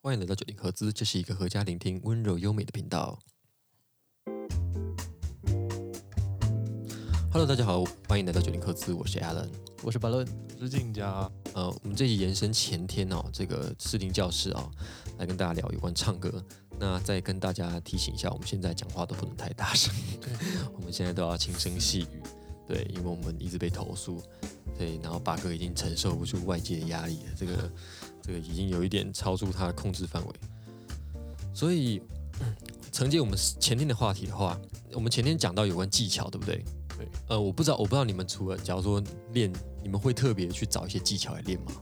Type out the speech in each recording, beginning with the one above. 欢迎来到九零赫兹，这是一个合家聆听温柔优美的频道。Hello，大家好，欢迎来到九零赫兹，我是 Alan。我是巴伦。是静家，呃，我们这集延伸前天哦，这个视听教室哦，来跟大家聊有关唱歌。那再跟大家提醒一下，我们现在讲话都不能太大声， 我们现在都要轻声细语。对，因为我们一直被投诉，对，然后八哥已经承受不住外界的压力了，这个这个已经有一点超出他的控制范围。所以，呃承接我们前天的话题的话，我们前天讲到有关技巧，对不对？对。呃，我不知道，我不知道你们除了假如说练，你们会特别去找一些技巧来练吗？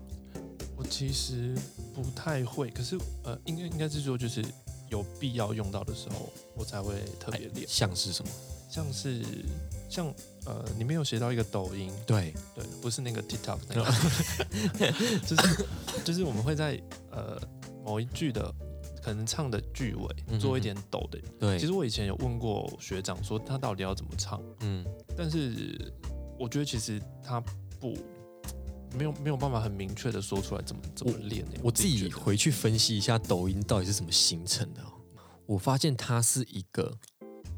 我其实不太会，可是呃，应该应该是说就是有必要用到的时候，我才会特别练。像是什么？像是像呃，你没有写到一个抖音，对，对，不是那个 TikTok 那个， 就是就是我们会在呃某一句的可能唱的句嗯尾做一点抖的。对，其实我以前有问过学长说他到底要怎么唱，嗯，但是我觉得其实他不没有没有办法很明确的说出来怎么怎么练、欸、我自己觉得回去分析一下抖音到底是怎么形成的、哦，我发现它是一个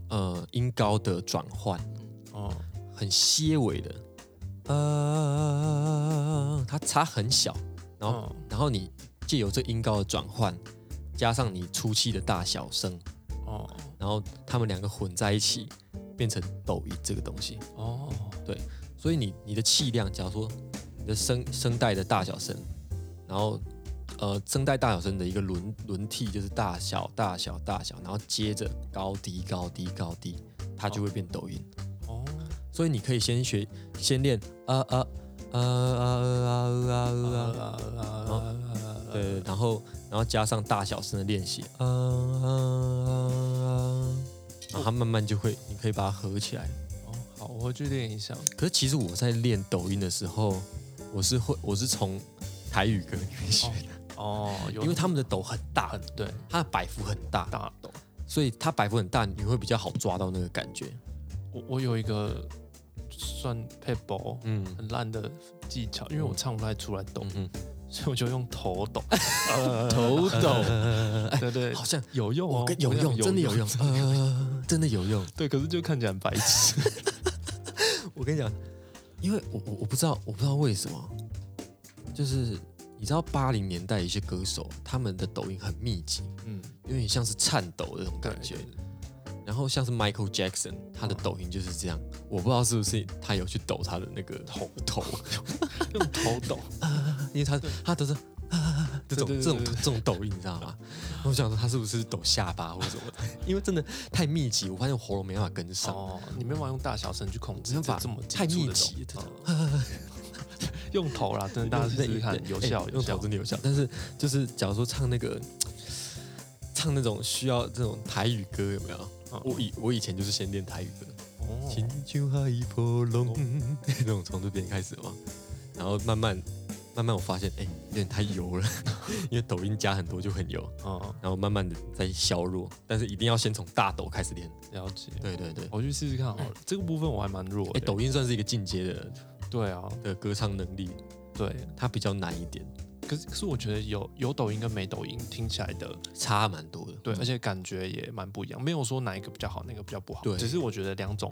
呃音高的转换，哦，很些微的，呃，它差很小，然后、嗯然后你借由这音高的转换，加上你出气的大小声，哦然后它们两个混在一起，变成抖音这个东西。哦，所以你你的气量，假如说你的声声带的大小声，然后呃声带大小声的一个轮轮替就是大小大小大小，然后接着高低高低高低，它就会变抖音。哦，所以你可以先学先练啊啊啊啊啊啊啊啊，啊哦对，然后然后加上大小声的练习，啊啊啊，然后它慢慢就会，你可以把它合起来。哦，好，我会去练一下。可是其实我在练抖音的时候，我是会我是从台语歌里面学的，哦，有因为他们的抖很大，很对它的摆幅很大，大抖。所以它摆幅很大，你会比较好抓到那个感觉。我我有一个算 p e b l 嗯很烂的技巧，因为我唱不太出来抖，嗯所以我就用头 抖。哼，头抖，对对， 好像有用哦我，跟有用，真的有。用，呃 真的有用。对，可是就看起来很白痴。我跟你讲，因为我我我不知道我不知道为什么，就是你知道八零年代有一些歌手他们的抖音很密集，嗯，有点像是颤抖的那种对感觉。然后像是 Michael Jackson，他的抖音就是这样，我不知道是不是他有去抖他的那个头头，用头抖。因为他他都是 啊这种对这对对种对对这种抖音，你知道吗？我想说他是不是抖下巴或者什么的，因为真的太密集，我发现喉咙没办法跟上。哦，你没办法用大小声去控制，没办法这这么急太促密的集动嗯 用头啦，真的大家试试看，有效哎有用头效。真的有效。但是就是假如说唱那个唱那种需要这种台语歌有没有？嗯我以我以前就是先练台语歌，哦请就海波浪， 那种从这边开始嘛，然后慢慢慢慢我发现，哎、有点太油了， 因为抖音加很多就很油，嗯，然后慢慢的在削弱，但是一定要先从大抖开始练。了解。对对对，哎、我去试试看好了，这个部分我还蛮弱的。哎抖音算是一个进阶的对啊，的歌唱能力，对。它比较难一点，可是可是我觉得有有抖音跟没抖音听起来的，差蛮多的。对，而且感觉也蛮不一样，没有说哪一个比较好，那个比较不好。对只是我觉得两种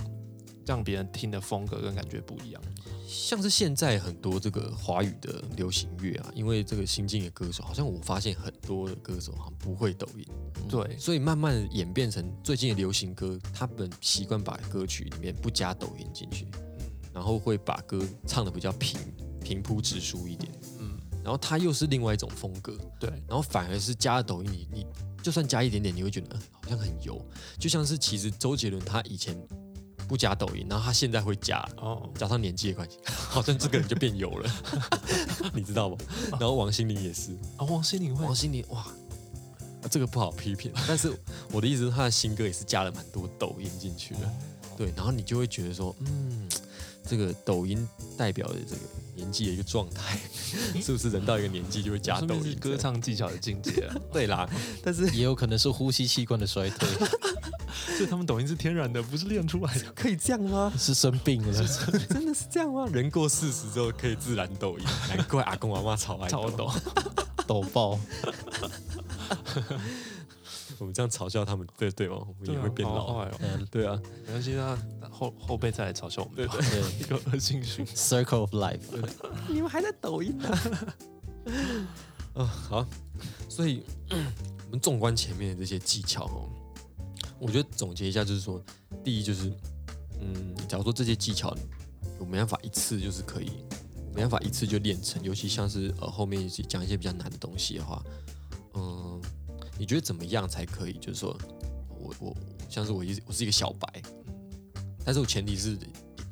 让别人听的风格跟感觉不一样。像是现在很多这个华语的流行乐啊，因为这个新进的歌手，好像我发现很多的歌手好像不会抖音，对，所以慢慢地演变成最近的流行歌，他们习惯把歌曲里面不加抖音进去，然后会把歌唱的比较平平铺直述一点，嗯，然后它又是另外一种风格，对，然后反而是加了抖音，你你就算加一点点，你会觉得、呃好像很油，就像是其实周杰伦他以前不加抖音，然后他现在会加，哦，加上年纪的关系， 好像这个人就变油了， 你知道吗？然后王心凌也是，啊，哦王心凌会王心凌哇、啊这个不好批评， 但是我的意思是，她的新歌也是加了蛮多抖音进去的，哦对，然后你就会觉得说，嗯，这个抖音代表的这个年纪的一个状态， 是不是人到一个年纪就会加哦说抖明音是？歌唱技巧的境界啊。对啦，但是也有可能是呼吸器官的衰退， 所以他们抖音是天然的，不是练出来的。可以这样 吗？是生病了。真 的是这样吗？人过四十之后可以自然抖音，难怪阿公阿妈超爱超抖，抖爆，我们这样嘲笑他们，对对吗？我们对也啊会变好老。坏哦，嗯，对啊，没关系，让他后后辈再来嘲笑我们吧，对一个恶性循环。 ，Circle of Life， 你们还在抖 音啊？啊，好，所以我们纵观前面的这些技巧哦，我觉得总结一下就是说，第一就是，嗯，假如说这些技巧我没办法一次就是可以，没办法一次就练成，尤其像是呃后面讲一些比较难的东西的话，嗯，你觉得怎么样才可以？就是说我我像是我一我是一个小白，但是我前提是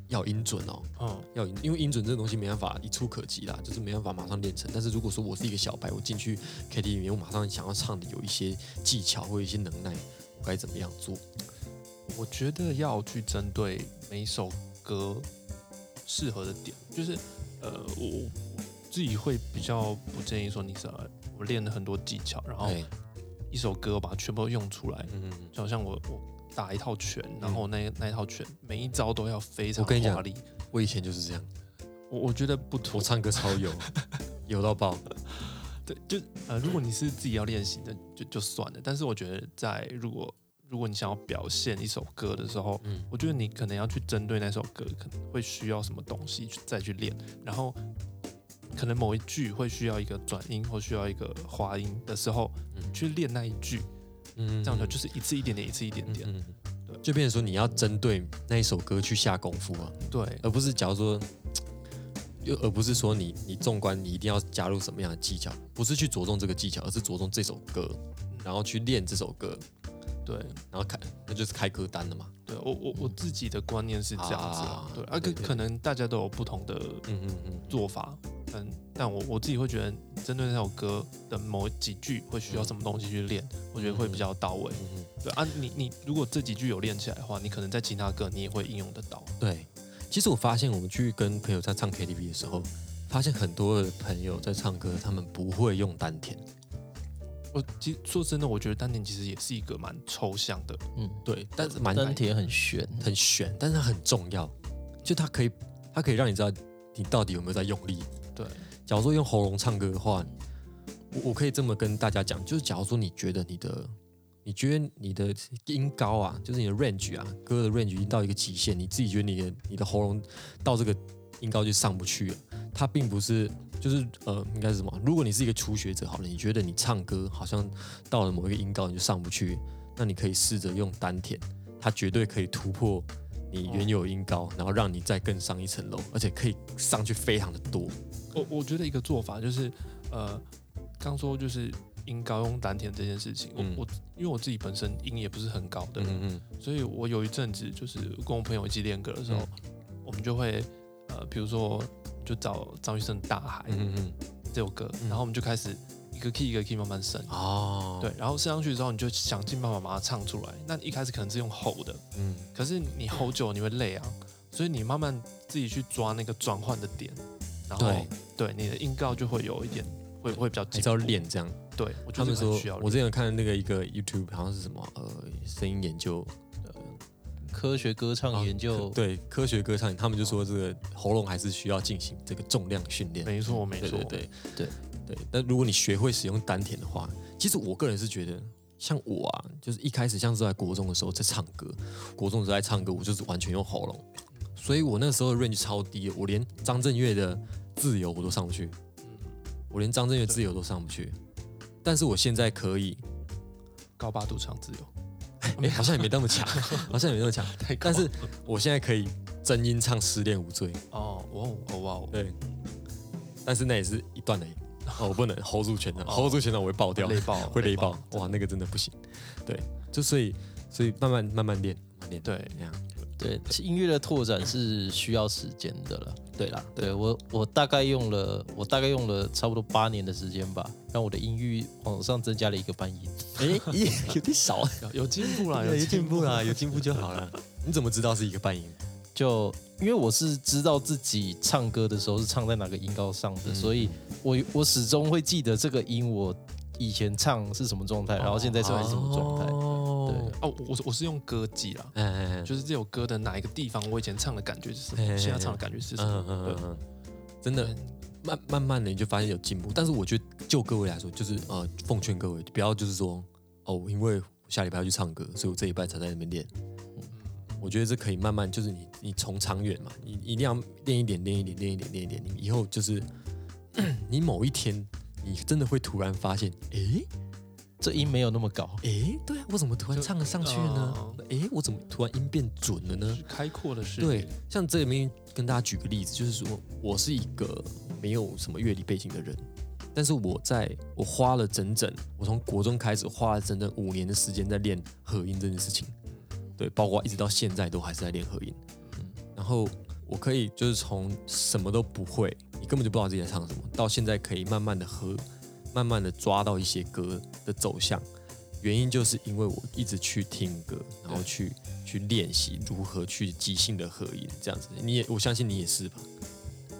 要音准哦，嗯，要音，因为音准这个东西没办法一触可及啦，就是没办法马上练成。但是如果说我是一个小白，我进去 KTV 里面，我马上想要唱的有一些技巧或一些能耐，我该怎么样做？我觉得要去针对每首歌适合的点，就是呃，我我自己会比较不建议说你是呃我练了很多技巧，然后哎，一首歌我把它全部都用出来，嗯，就好像我我打一套拳，然后那那一套拳每一招都要非常我跟你讲华丽。我以前就是这样，我我觉得不妥我，唱歌超 油，油到爆。对，就呃，如果你是自己要练习的，就就算了。但是我觉得在如果如果你想要表现一首歌的时候，嗯，我觉得你可能要去针对那首歌，可能会需要什么东西去再去练，然后可能某一句会需要一个转音或需要一个滑音的时候，嗯去练那一句，嗯这样的就是一次一点点，一次一点点。嗯，就变成说你要针对那一首歌去下功夫啊，对，而不是假如说。又而不是说你你纵观你一定要加入什么样的技巧，不是去着重这个技巧，而是着重这首歌，然后去练这首歌，对，然后开那就是开歌单了嘛。对我我我自己的观念是这样子啊啊，对，对啊可对对可能大家都有不同的嗯嗯嗯，做法，嗯，但我我自己会觉得，针对那首歌的某几句会需要什么东西去练，我觉得会比较到位。嗯对啊，你你如果这几句有练起来的话，你可能在其他歌你也会应用得到。对。其实我发现，我们去跟朋友在唱 KTV 的时候，发现很多的朋友在唱歌，他们不会用丹田。我其实说真的，我觉得丹田其实也是一个蛮抽象的，嗯，对，但是蛮丹田很悬，很悬，但是它很重要，就它可以，它可以让你知道你到底有没有在用力。对，假如说用喉咙唱歌的话，我我可以这么跟大家讲，就是假如说你觉得你的，你觉得你的音高啊，就是你的 range 啊，歌的 range 已经到一个极限，你自己觉得你的你的喉咙到这个音高就上不去了，它并不是就是呃应该是什么？如果你是一个初学者，好了，你觉得你唱歌好像到了某一个音高你就上不去，那你可以试着用丹田，它绝对可以突破。你原有音高，然后让你再更上一层楼，而且可以上去非常的多。我我觉得一个做法就是，呃，刚说就是音高用丹田这件事情，我、嗯我因为我自己本身音也不是很高的，人。嗯。所以我有一阵子就是跟我朋友一起练歌的时候，嗯我们就会呃，比如说就找张雨生《大海》嗯嗯这首歌，嗯然后我们就开始一个 key 一个 key 慢慢升。哦，对，，然后升上去之后，你就想尽办法把它唱出来。那一开始可能是用吼的，嗯，可是你吼久你会累啊，所以你慢慢自己去抓那个转换的点，然后对对你的音高就会有一点会会比较还紧是要。练这样。对，我觉他得们这个说哎很需要，我练。之前有看那个一个 YouTube 好像是什么呃声音研究科学歌唱研啊究，对科学歌唱，他们就说这个喉咙还是需要进行这个重量训练。没错嗯没对错对，对对对。那如果你学会使用丹田的话，其实我个人是觉得。像我啊，就是一开始像是在国中的时候在唱歌，国中的时候在唱歌，我就是完全用喉咙，所以我那个时候的 range 超低的，我连张震岳的《自由》我都上不去，我连张震岳《自由》都上不去，但是我现在可以，高八度唱自由，没，好像也没那么强， 好像也没那么强。太高但是我现在可以真音唱《失恋无罪》，哦，哇哦哦哇哦，对，但是那也是一段而已。哦，我不能 hold 住全场、h o l d 住全场我会爆掉，累爆， 会雷爆，哇，那个真的不行。对，就所以所以慢慢慢慢练，慢慢练，对，这样。对，其实音乐的拓展是需要时间的了。对啦，对我，我大概用了，我大概用了差不多八年的时间吧，让我的音域往上增加了一个半音。哎，咦有点少，有有进步 啦，有有进进步。步啊啦，有进步就好了。 你怎么知道是一个半音？就因为我是知道自己唱歌的时候是唱在哪个音高上的，所以我我始终会记得这个音我以前唱是什么状态，然后现在唱是什么状态。哦，哦，我我是用歌记啦，哎哎，哎就是这首歌的哪一个地方，我以前唱的感觉是什哎哎么，哎现在唱的感觉是什嗯么。嗯对嗯，真的对慢慢慢的你就发现有进步。但是我觉得就各位来说，就是呃，奉劝各位不要就是说哦，因为我下礼拜要去唱歌，所以我这礼拜才在那边练。我觉得这可以慢慢，就是你你从长远嘛，你一定要练一点，练一点，练一点，练一点。你以后就是你某一天，你真的会突然发现，诶这音没有那么高，诶，对啊，我怎么突然就唱了上去了呢哦？诶，我怎么突然音变准了呢是？开阔的视对野，，像这里面跟大家举个例子，就是说我是一个没有什么乐理背景的人，但是我在我花了整整，我从国中开始花了整整五年的时间在练合音这件事情，对，包括一直到现在都还是在练合音。嗯然后我可以就是从什么都不会，你根本就不知道自己在唱什么，到现在可以慢慢的和慢慢的抓到一些歌的走向。原因就是因为我一直去听歌，然后去去练习如何去即兴的合音，这样子。你也我相信你也是吧？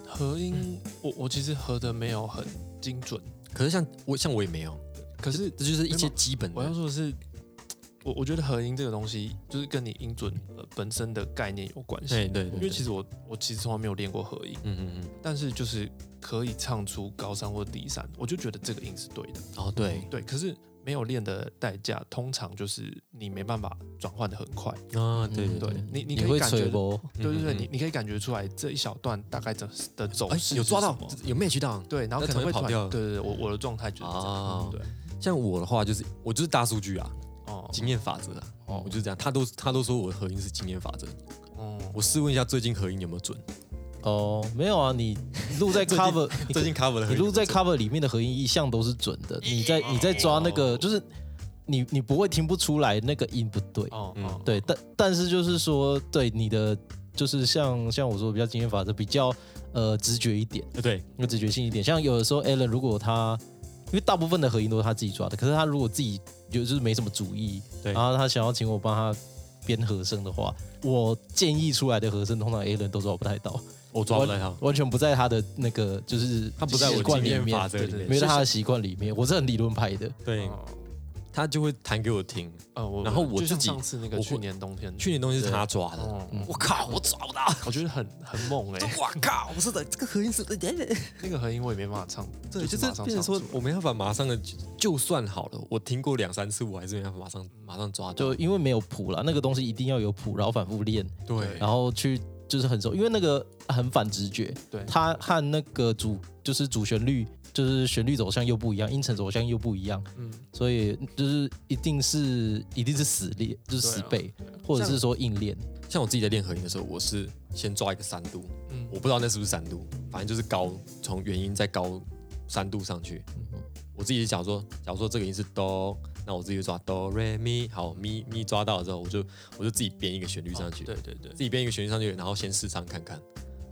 合音，我我其实合的没有很精准，可是像我像我也没有，可是这就是一没些有基本我要的。说的是，我我觉得合音这个东西，就是跟你音准、呃、本身的概念有关对系。对对，因为其实实我我其实从来没有练过合音，嗯嗯嗯，但是就是可以唱出高三或低三，我就觉得这个音是对的。哦对，对，可是没有练的代价，通常就是你没办法转换的很快。啊对对嗯对对，你，你你可以会感吹觉得，不？对对对，嗯嗯你你可以感觉出来这一小段大概的的走哎势有是抓什到么有 match 到对，然后那可突然能会跑突然掉了对对对，我我的状态就是这样。哦对，像我的话就是我就是大数据啊，哦，经验法则啊，哦我就是这样。他都他都说我的合音是经验法则，哦，我试问一下最近合音有没有准？哦，没有啊，你录在 cover，你最近 cover 的合音有你没录有在准 cover 里面的合音一向都是准的，你在你在抓那个，就是你你不会听不出来那个音不对，哦嗯哦，对，但但是就是说，对你的就是像像我说的比较经验法则，比较呃直觉一点，呃对，有直觉性一点。像有的时候 Alan 如果他因为大部分的合音都是他自己抓的，可是他如果自己有就是没什么主意，对然后他想要请我帮他编和声的话，我建议出来的和声通常 Alan 都抓不太到，我抓不到他，完全不在他的那个就是他不在我习惯经里验法面，则里对面，没有在他的习惯里面。我是很理论派的，对，哦他就会弹给我听。呃，我然后我就像自己上次那个我去会年冬天，去年嗯东西是他抓的，哦，我靠，我抓不到。我觉得很很猛哎， 我靠，不是的，这个合音是，那个合音我也没办法唱，对，就是是马上变成唱说出来我没办法马上的，就算好了，我听过两三次，我还是没办法马上马上抓到就。因为没有谱啦，那个东西一定要有谱，然后反复练。对，然后去就是很熟，因为那个很反直觉，对它和那个主就是主旋律，就是旋律走向又不一样，音程走向又不一样，嗯，所以就是一定是一定是死练，啊就是死啊背，或者是说硬练。像我自己在练合音的时候，我是先抓一个三度，嗯我不知道那是不是三度，反正就是高，从元音再高三度上去。我自己想说，假如说这个音是哆，那我自己就抓哆瑞咪，好咪咪抓到了之后，我就我就自己编一个旋律上去，哦对对对，自己编一个旋律上去，然后先试唱看看，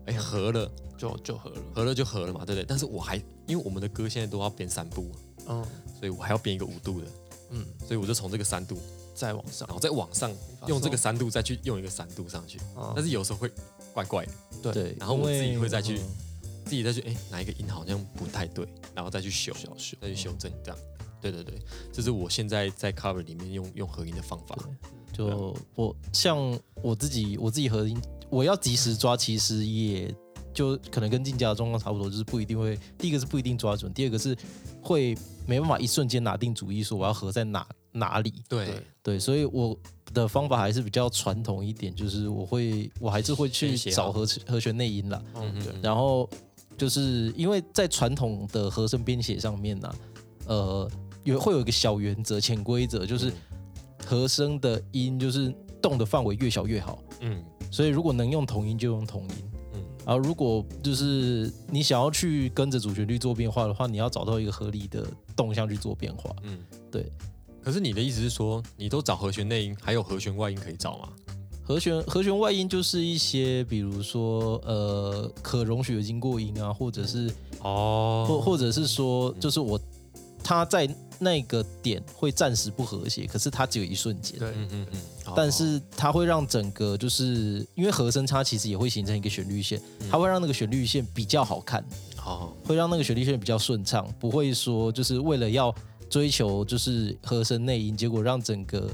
哎合了就就合了，合了就合了嘛，对不对？但是我还因为我们的歌现在都要编三步，嗯所以我还要编一个五度的，嗯，所以我就从这个三度，再往上然，后再往上啊法用这说个三度再去用一个三度上去，嗯但是有时候会怪怪的。对对，然后我自己因为会再去嗯自己再去哎、哪一个音好像不太对，然后再去修，再去修嗯正这样。对对对，这是我现在在 cover 里面用用合音的方法。就我像我自己，我自己合音，我要及时抓，其实也就可能跟竞价的状况差不多，就是不一定会。第一个是不一定抓准，第二个是会没办法一瞬间拿定主意，说我要合在哪哪里。对对对，所以我的方法还是比较传统一点，就是我会，我还是会去先写好找和和弦内音啦。嗯对，然后就是因为在传统的和声编写上面呢、呃，有会有一个小原则、潜规则，就是和声的音就是动的范围越小越好。嗯所以如果能用同音就用同音。嗯然后如果就是你想要去跟着主旋律做变化的话，你要找到一个合理的动向去做变化。嗯，对。可是你的意思是说，你都找和弦内音，还有和弦外音可以找吗？和弦和弦外音就是一些，比如说呃可容许的经过音啊，或者是或哦，或者是说，就是我它在那个点会暂时不和谐，可是它只有一瞬间，对，嗯嗯嗯，哦但是它会让整个就是因为和声它其实也会形成一个旋律线，它会让那个旋律线比较好看，哦，会让那个旋律线比较顺畅，不会说就是为了要追求就是和声内音，结果让整个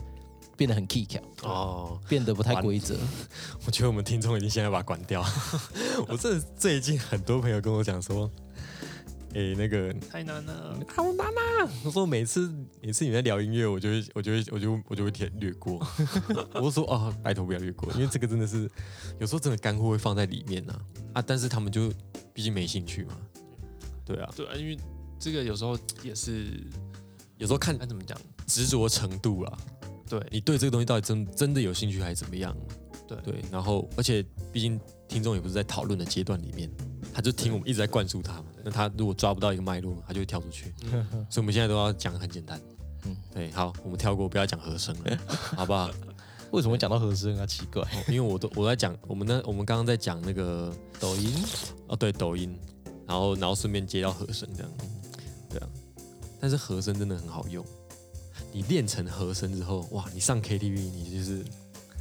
变得很 key 巧，哦，变得不太完规则。我 觉得我们听众已经现在把它关掉。我这最近很多朋友跟我讲说，哎、那个太难了。好难啊！我说每次每次你在聊音乐，我就会我就会我就我就会填略过。 我就说啊，拜托不要略过，因为这个真的是有时候真的干货会放在里面呐啊但是他们就毕竟没兴趣嘛。对啊，对啊，因为这个有时候也是有时候看该怎么讲，执着程度啊，对你对这个东西到底真真的有兴趣还是怎么样？啊对对，然后而且毕竟听众也不是在讨论的阶段里面，他就听我们一直在灌输他嘛。那他如果抓不到一个脉络，他就会跳出去。 所以我们现在都要讲很简单。嗯嗯，对，好，我们跳过，不要讲和声了，好不好？为什么会讲到和声啊？奇怪，因为我都我在讲我们那我们刚刚在讲那个抖音哦，对，抖音，然后然后顺便接到和声这样，嗯对啊。但是和声真的很好用，你练成和声之后，哇，你上 KTV 你就是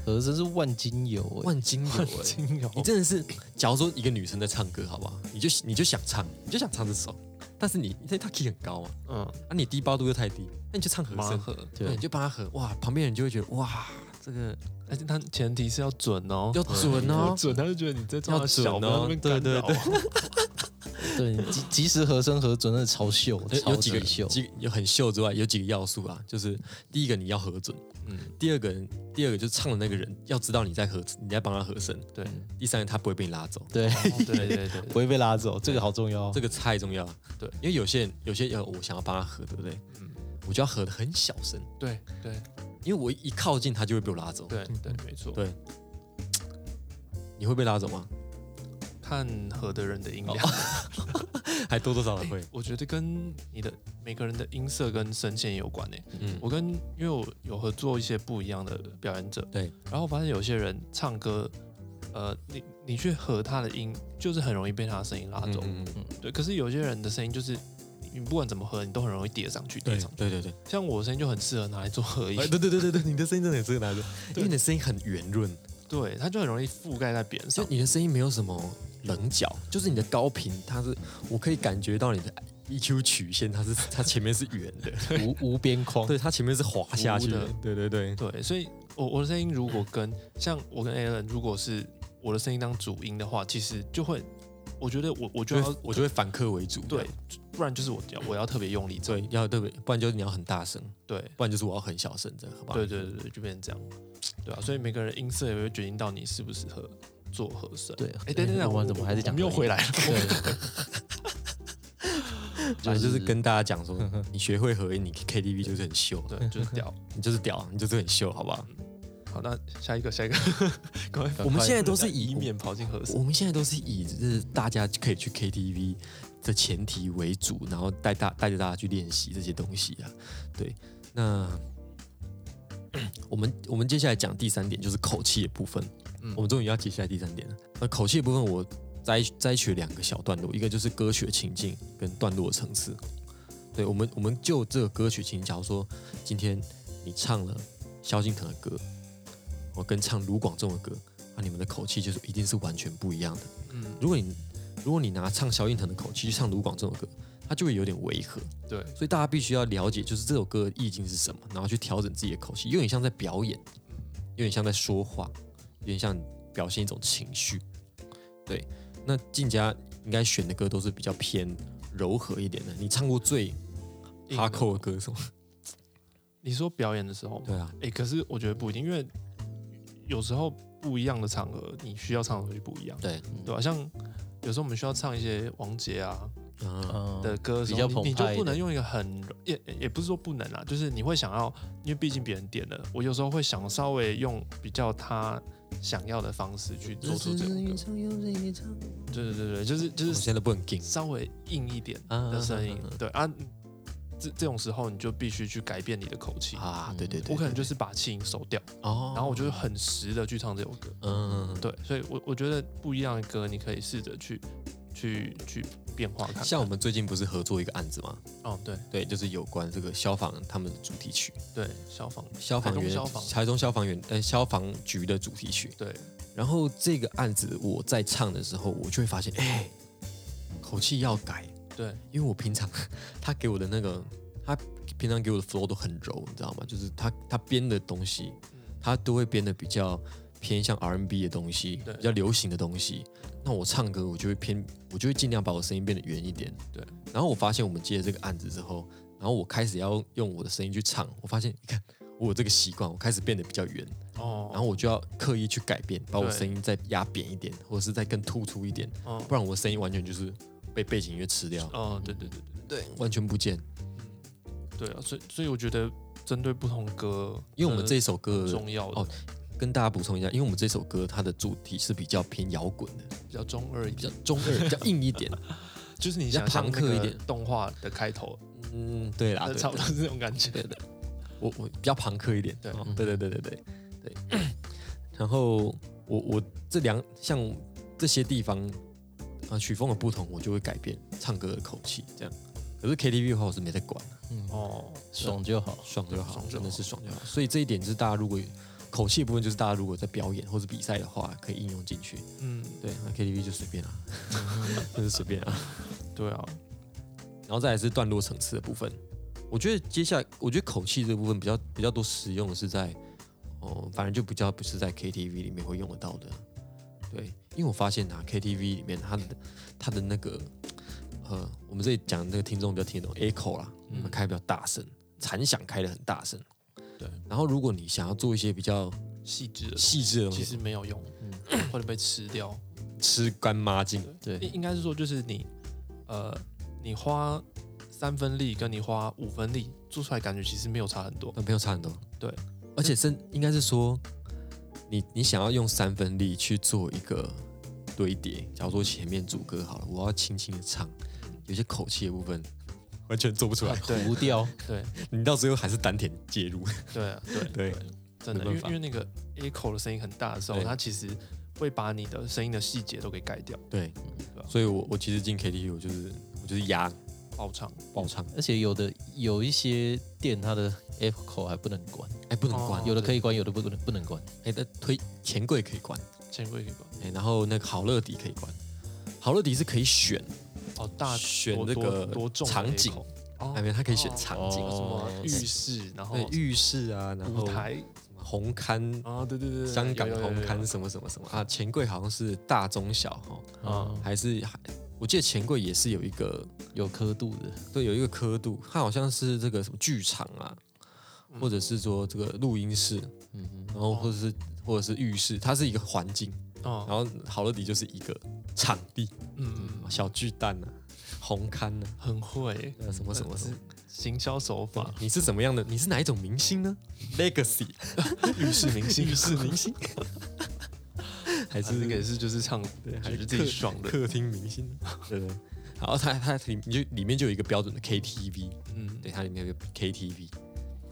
和声是万金油欸，万金油、欸，金油你真的是，假如说一个女生在唱歌，好不好？你就你就想唱，你就想唱这首，但是你因为她 key 很高啊，嗯，啊你低八度又太低，那你就唱和麻声，和，对，对你，就帮她和，哇，旁边人就会觉得哇，这个而且它哎前提是要准哦，要准哦，准，他就觉得你在要做准小哦猫，对对对对，及及时和声和准真的超秀，有超有几级个秀，几有很秀之外，有几个要素啊，就是第一个你要和准，嗯第二个人第二个就是唱的那个人要知道你在和你在帮他和声，对第三个他不会被你拉走，对，嗯对对对对不会被拉走，这个好重要。哦这个太重要了，对因为有些人有些人我想要帮他和，对不对？嗯我就要和的很小声。对对因为我一靠近他就会被我拉走。，对对，没错，嗯对你会被拉走吗？看合的人的音量，哦还多多少少会。我觉得跟你的每个人的音色跟声线有关欸诶。嗯，我跟因为我有合作一些不一样的表演者，对，然后我发现有些人唱歌，呃，你你去合他的音，就是很容易被他的声音拉嗯走。嗯嗯对，可是有些人的声音就是你不管怎么合，你都很容易叠上去，叠对上去。对对对，像我的声音就很适合拿来做合音哎，对对对对对，你的声音真的很适合拿着，因对为你的声音很圆润，对，它就很容易覆盖在别人就上。你的声音没有什么棱角，就是你的高频，它是我可以感觉到你的 EQ 曲线，它是它前面是圆的，无无边框，对，它前面是滑下去弧哦的的，对对对，对，所以我我的声音如嗯果跟像我跟 Alan 如果是我的声音当主音的话，其实就会，我觉得我我就就要会我就会反客为主，对，不然就是我要我要特别用力这对，要对不对？不然就是你要很大声，对不然就是我要很小声，这样好不好？对对对对，就变成这样，对啊，所以每个人音色也会决定到你适不适合做和声。对哎，等等等，我们怎么还在讲我们又回来了？对，反正就是跟大家 讲说，你学会合音，你 KTV 就是很秀，对，就是屌。 你就是屌，你就是很秀，好不好？ 好，那下一个，下一个，赶快我们现在都是以以免跑进和声。我们现在都是以就是大家可以去 KTV 的前提为主，然后带大带着大家去练习这些东西啊。对，那我们我们接下来讲第三点就是口气的部分。嗯我们终于要接下来第三点了。那口气的部分我摘摘取两个小段落，一个就是歌曲的情境跟段落的层次。对我们我们就这个歌曲情境，假如说今天你唱了萧敬腾的歌，我跟唱卢广仲的歌，那你们的口气就是一定是完全不一样的。嗯，如果你如果你拿唱萧敬腾的口气去唱卢广仲的歌，它就会有点违和，对，所以大家必须要了解，就是这首歌的意境是什么，然后去调整自己的口气，有点像在表演，有点像在说话，有点像表现一种情绪。对，那静佳应该选的歌都是比较偏柔和一点的。你唱过最硬哈的扣的歌是 什么？你说表演的时候吗？对啊，哎、可是我觉得不一定，因为有时候不一样的场合，你需要唱的东西不一样，对，对吧、像有时候我们需要唱一些王杰啊嗯，嗯的歌的时比候较你你澎就湃一不能点用一个很也也不是说不能啦，就是你会想要，因为毕竟别人点了，我有时候会想稍微用比较他想要的方式去做出这种歌，对对对对，就是就我是现在不很劲稍微硬一点啊的声音啊啊啊，对啊，这这种时候你就必须去改变你的口气。啊，对对对，我可能对就是把气音收掉，哦，然后我就是很实的去唱这首歌。嗯，对，所以我我觉得不一样的歌，你可以试着去去去变化看看。像我们最近不是合作一个案子吗？哦，对对，就是有关这个消防他们的主题曲，对，消防消防台中员、消防台中消防员呃消防局的主题曲。对，然后这个案子我在唱的时候，我就会发现，哎，口气要改，对，因为我平常他给我的那个他平常给嗯我的 flow 都很柔，你知道吗？就是他他编的东西，他都会编的比较偏向 R&B 的东西，对比较流行的东西。那我唱歌，我就会偏，我就会尽量把我声音变得圆一点。对。然后我发现我们接了这个案子之后，然后我开始要用我的声音去唱，我发现你看我有这个习惯，我开始变得比较圆，哦，然后我就要刻意去改变，把我对声音再压扁一点，或者是再更突出一点，嗯不然我声音完全就是被背景音乐吃掉，哦，对对对对哦对，嗯完全不见。对啊，所以所以我觉得针对不同歌，因为我们这真的首歌很重要的哦跟大家补充一下，因为我们这首歌它的主题是比较偏摇滚的，比较中二一比较点，中 二，比较硬一点。就是你较想象朋克那一个点动画的开头，嗯，对啦，对 差不多对是这种感觉。对对，我我比较朋克一点。对哦对对对对对对。 然后我我这两像这些地方啊曲风的不同，我就会改变唱歌的口气这样。可是 KTV 的话，我是没在管，哦，爽就好。爽就好，爽就好真的是爽就好。所以这一点就是大家如果口气的部分，就是大家如果在表演或者比赛的话，可以应用进去。嗯，对，那 KTV 就随便啊， 就是随便啊。对啊，然后再来是段落层次的部分。我觉得接下来，我觉得口气这部分比较比较多使用的是在，哦、反正就比较不是在 KTV 里面会用得到的。对，因为我发现啊，KTV 里面它的它的那个，呃，我们这里讲的那个听众比较听得懂 echo 啦，我嗯们开比较大声，残响开的很大声。对，然后如果你想要做一些比较细致的细致的嗯东其西，实没有用， 或者被吃掉。吃干抹净，对，应应该是说，就是你呃，你花三分力跟你花五分力做出来，感觉其实没有差很多。跟朋友差很多。对，而且是应该是说，你你想要用三分力去做一个堆叠，假如说前面主歌好了，我要轻轻的唱，有些口气的部 分完全做不出来，对糊掉。对 你到最后还是丹田介 入。对啊对对，真的，没因为办法因为那个 echo 的声音很大的时候，对它其实会把你的声音的细节都给盖掉，对对啊，所以我我其实进 KTV 我就是我就是压爆唱。爆唱，而且有的有一些店它的 F 口还不能关，哎不能关哦，有的可以关，有的不能不能关。哎但推钱柜可以关，钱柜可以吧？哎然后那个好乐迪可以关，好乐迪是可以选，哦，大选多这个多多重的场 echo 景哦哎没有它可以选哦场哦景，什哦么浴室，然后对浴室啊，然后舞台红磡啊，对对对，对香港有有有红有磡什么什么什么啊，钱柜好像是大中小哈，哦啊还是还我记得钱柜也是有一个有刻度的，对有一个刻度，它好像是这个什么剧场啊，嗯或者是说这个录音室，嗯哼，然后或者是或者是浴室，它是一个环境，哦然，后好乐迪就是一个场地，嗯，小巨蛋啊，红磡啊，很会，呃什么什么什么。行销手法，你是什么样的？你是哪一种明星呢？Legacy 浴室明星，浴室明星，还还是是那个也是就是唱，对，还是觉得自己爽的，客厅明星， 对对。好，它它里你就里面就有一个标准的 KTV，嗯，对，它里面有一个 KTV，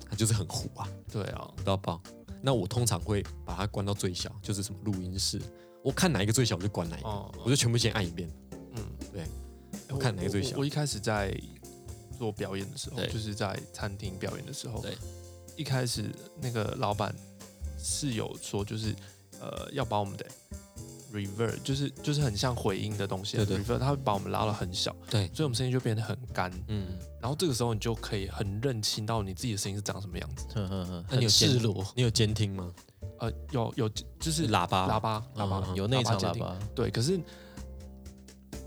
它就是很糊啊，对啊，糊到爆。那我通常会把它关到最小，就是什么录音室，我看哪一个最小我就关哪一个，哦，我就全部先按一遍。嗯，对哎，我看哪个最小我我我一开始在做表演的时候，对就是在餐厅表演的时候，对，一开始那个老板是有说，就是呃，要把我们的 reverb，就是就是很像回音的东西啊对对，reverb，他会把我们拉到很小，对，所以我们声音就变得很干。嗯，然后这个时候你就可以很认清到你自己的声音是长什么样子。哼哼哼，那你有很监赤裸，哦你有监听吗？呃，有有就是喇叭，喇叭喇叭嗯有内场监喇听叭，对，可是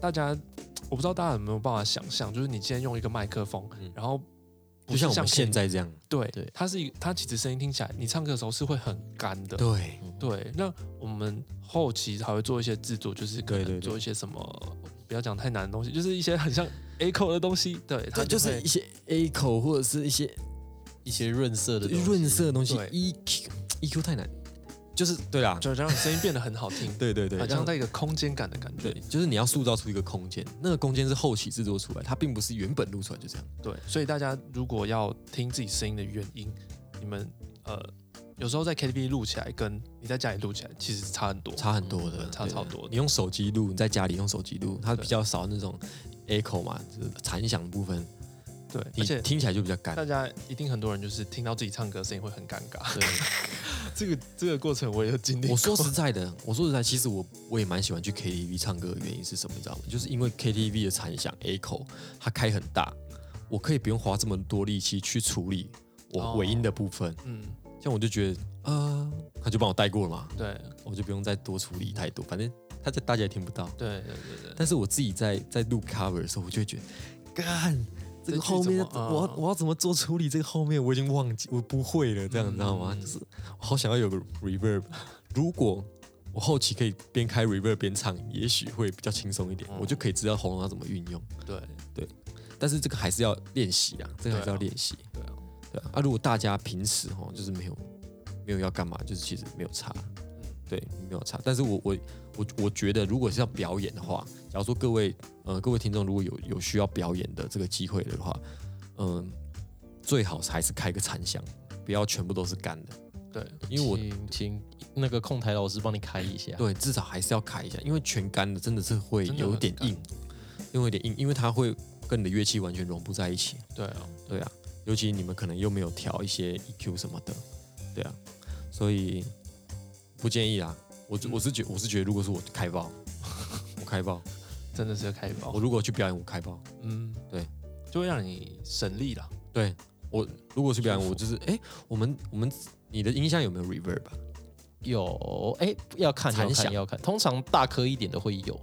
大家，我不知道大家有没有办法想象，就是你今天用一个麦克风，嗯然后不就是像我们 K- 现在这样。对对它是一它其实声音听起来，你唱歌的时候是会很干的。对，对，那我们后期还会做一些制作，就是可对对能对做一些什么，不要讲太难的东西，就是一些很像 echo 的东西。对，它它就是会一些 A 口或者是一些一些润色的东西润色的东西对，EQ EQ 太难，就是对啦，，就让声音变得很好听对 对对，很像让在一个空间感的感觉对。，就是你要塑造出一个空间，那个空间是后期制作出来，它并不是原本录出来就这样。对，所以大家如果要听自己声音的原因，你们呃，有时候在 KTV 录起来跟你在家里录起来其实差很多。差很多的，嗯差对超多的你用手机录，你在家里用手机录，它对比较少那种 echo 嘛，就是残响的部分，对，你而且听起来就比较干大。家一定很多人就是听到自己唱歌的声音会很尴尬。对， 这个这个过程我也有经历过。我说实在的，我说实在，其实我我也蛮喜欢去 KTV 唱歌的原因是什么，你知道吗？就是因为 KTV 的残响 echo 它开很大，我可以不用花这么多力气去处理我哦尾音的部分， 嗯，像我就觉得啊，他就帮我带过了嘛，对我就不用再多处理太多，反正他在大家也听不到。对对对对，但是我自己在在录 cover 的时候，我就会觉得，干这个这句后面怎要么怎我要啊我要怎么做处理？这个后面我已经忘记，我不会了，这样、嗯你知道吗？嗯就是我好想要有个 reverb，如果我后期可以边开 reverb 边唱，也许会比较轻松一点，嗯我就可以知道喉咙要怎么运用。对但是这个还是要练习啊，这个还是要练习。对啊，对啊，啊，如果大家平时哦，就是没有没有要干嘛，就是其实没有差，嗯对，没有差。但是我我我我觉得，如果是要表演的话，假如说各位呃各位听众如果有有需要表演的这个机会的话，嗯、最好还是开个残响，不要全部都是干的，对因为我请请那个控台老师帮你开一下。对至少还是要开一下，因为全干的真的是会真的有很点干硬，因为有点硬，因为它会跟你的乐器完全融不在一起。对啊，对啊，尤其你们可能又没有调一些 EQ 什么的，对啊，所以不建议啦。我我是觉我是觉得，如果是我开爆， 我开爆，真的是要开包我，如果去表演，我开爆。嗯，对，就会让你省力啦。对我如果去表演，我就是哎、我们我们你的音箱有没有 reverb 啊？有，哎，要看要残看响要看，通常大颗一点的会有，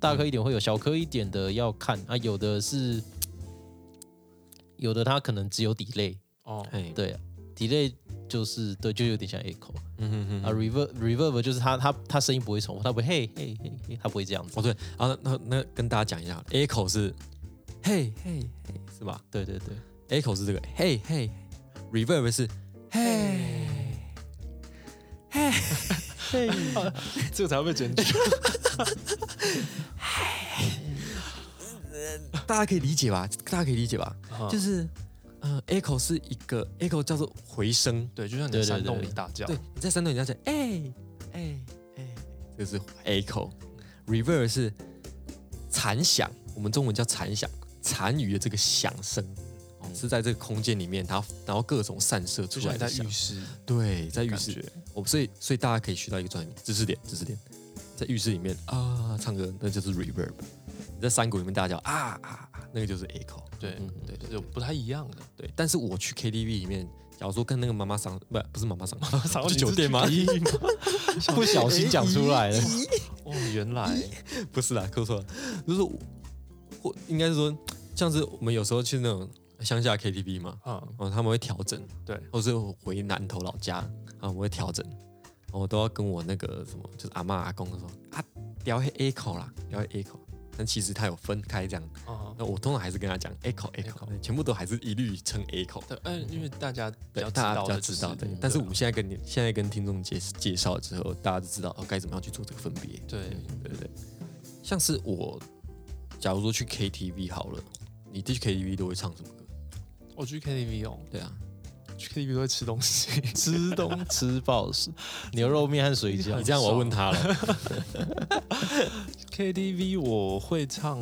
大颗一点会有，小颗一点的要看啊，有的是，有的它可能只有 delay， 哦，哎，，对啊，delay 就是对，就有点像 echo 嗯哼哼啊哼。 ，reverb reverb 就是它它它声音不会重复，它不会嘿嘿嘿嘿，它不会这样子哦，对啊，那那那跟大家讲一下，echo 是嘿嘿嘿是吧对对对， ？echo 是这个嘿嘿，reverb 是嘿。嘿，这个才会被检举。大家可以理解吧？大家可以理解吧？啊就是，呃，echo 是一个 echo 叫做回声，对，就像你对在对山洞对里打架，对，你在山洞里要讲，哎哎哎，这是 echo，reverb 是残响，我们中文叫残响，残余的这个响声。哦是在这个空间里面，然后然后各种散射出就像来你在的响浴，室，对，在浴感室觉，我所以所以大家可以学到一个专业知识点，知识点，在浴室里面啊唱歌，那就是 reverb；你在山谷里面大叫啊啊啊，那个就是 echo。对，嗯，对对有不太一样的。对，但是我去 KTV 里面，假如说跟那个妈妈桑，不不是妈妈 桑，桑去你酒是店吗？ 不小心讲出来了，哦，原来不是啦，扣错了，就是我或应该是说，像是我们有时候去那种乡下 KTV 嘛，啊，哦，他们会调整，对，或是回南头老家啊，我会调整，然后我都要跟我那个什么，就是阿妈阿公说啊，调黑 A 口啦，调黑 A 口，但其实他有分开这样，啊，那我通常还是跟他讲 A 口 A 口，全部都还是一律称 A 口。对，哎，因为大家比对较，大家比较的知就是道的嗯。但是啊对我们现在跟你现在跟听众介介绍之后，大家就知道哦该怎么样去做这个分别，对对不对？像是我，假如说去 KTV 好了，你去 KTV 都会唱什么歌？我去 KTV 哦，对啊，去 KTV 都会吃东西， 吃东吃爆是牛肉面和水 你饺，这样 我要问他了， KTV 我会唱，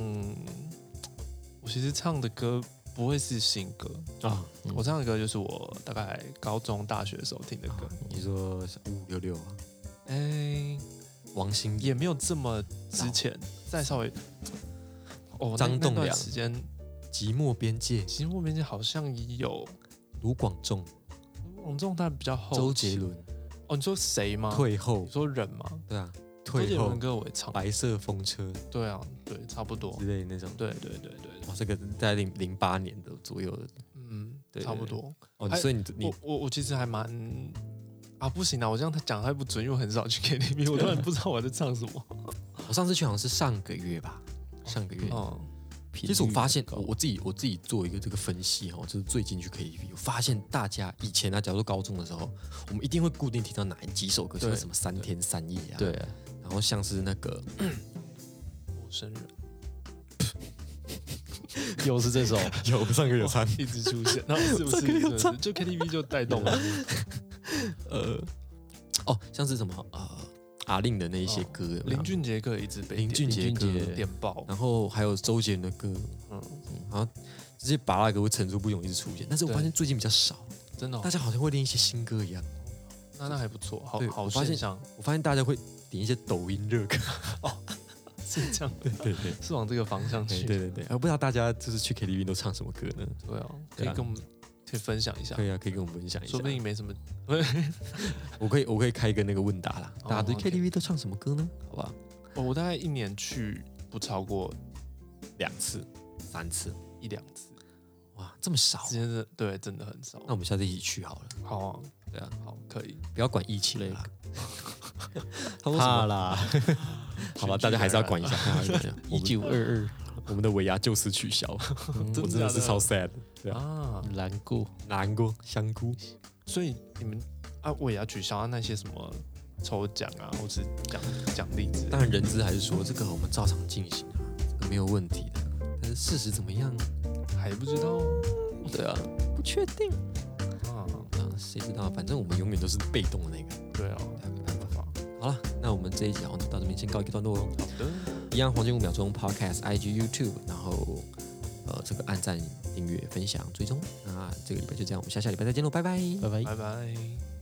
我其实唱的歌不会是新歌，啊，嗯我唱的歌就是我大概高中、大学的时候听的歌。你说五五六六啊，哎，王心也燕，没有这么之前，再稍微，哦，那张栋那段梁时间，寂寞边界，其实我面前好像有卢广仲，王仲，但比较后期。周杰伦，哦，你说谁吗？退后你，说人吗？对啊，周杰退后伦，歌我也唱，白色风车对啊，对，差不多之，类的那种。对对对对，对哇，这个在零零八年的左右的嗯对，差不多。哦，哎所以你你我我我其实还蛮啊，不行啊，我这样讲太不准，因为我很少去 KTV，我突然不知道我在唱什 么。我上次去好像是上个月吧，上个月。嗯，其实我发现我我自己我自己做一个这个分析哦，就是最近去 KTV，我发现大家以前啊，假如说高中的时候，我们一定会固定听到哪几首歌，对像什么三天三夜啊，对，啊，然后像是那个陌生人又是这首， 有上个有三， 一直出现，然后是不是？是不是就 KTV 就带 动了？啊呃，哦，像是什么呃阿令的那一些歌，有没有林俊杰歌一直被啊林俊杰杰林俊歌嗯杰，点爆，然后还有周杰伦的歌，嗯，然后这些拔蜡歌会层出不穷一直出现，但是我对发现最近比较少，真的哦大，家好像会练一些新歌一样。那那还不错，好对好我发现现象 我发现大家会点一些抖音热歌，是这样， 对 对是往这个方向去哎对。对对，而不知道大家就是去 KTV 都唱什么歌呢？对啊，可对以啊跟我们可以分享一下可，以啊，可以跟我们分享一下。说不定没什么。我可以我可以开一个那个问答啦，哦大家对 OK KTV 都唱什么歌呢？好吧，哦我大概一年去不超过两次、三次，一两次，哇，这么少，真的对，真的很少。那我们下次一起去好了，好啊，哦对啊，好，可以。不要管疫情了。 他说什怕么？啦，好吧，大家还是要管一 下。一九 二二嗯我们的尾牙就此取 消，我真的是超 sad，对啊，啊，难过，难过，香菇。所以你们啊，我也要取消啊那些什么抽奖啊，或是奖奖励之类的。当然，人资还是说这个我们照常进行啊，这个没有问题的。但是事实怎么样？啊还不知道对啊，不确定啊，啊，谁知道？反正我们永远都是被动的那个，对啊，对啊没办法。好好了，那我们这一集好像就到这边先告一个段落喽。的，一样，黄金五秒钟 Podcast、IG、YouTube，然后呃，这个按赞、订阅、分享、追踪。那这个礼拜就这样，我们下下礼拜再见喽，拜拜。拜拜。拜拜。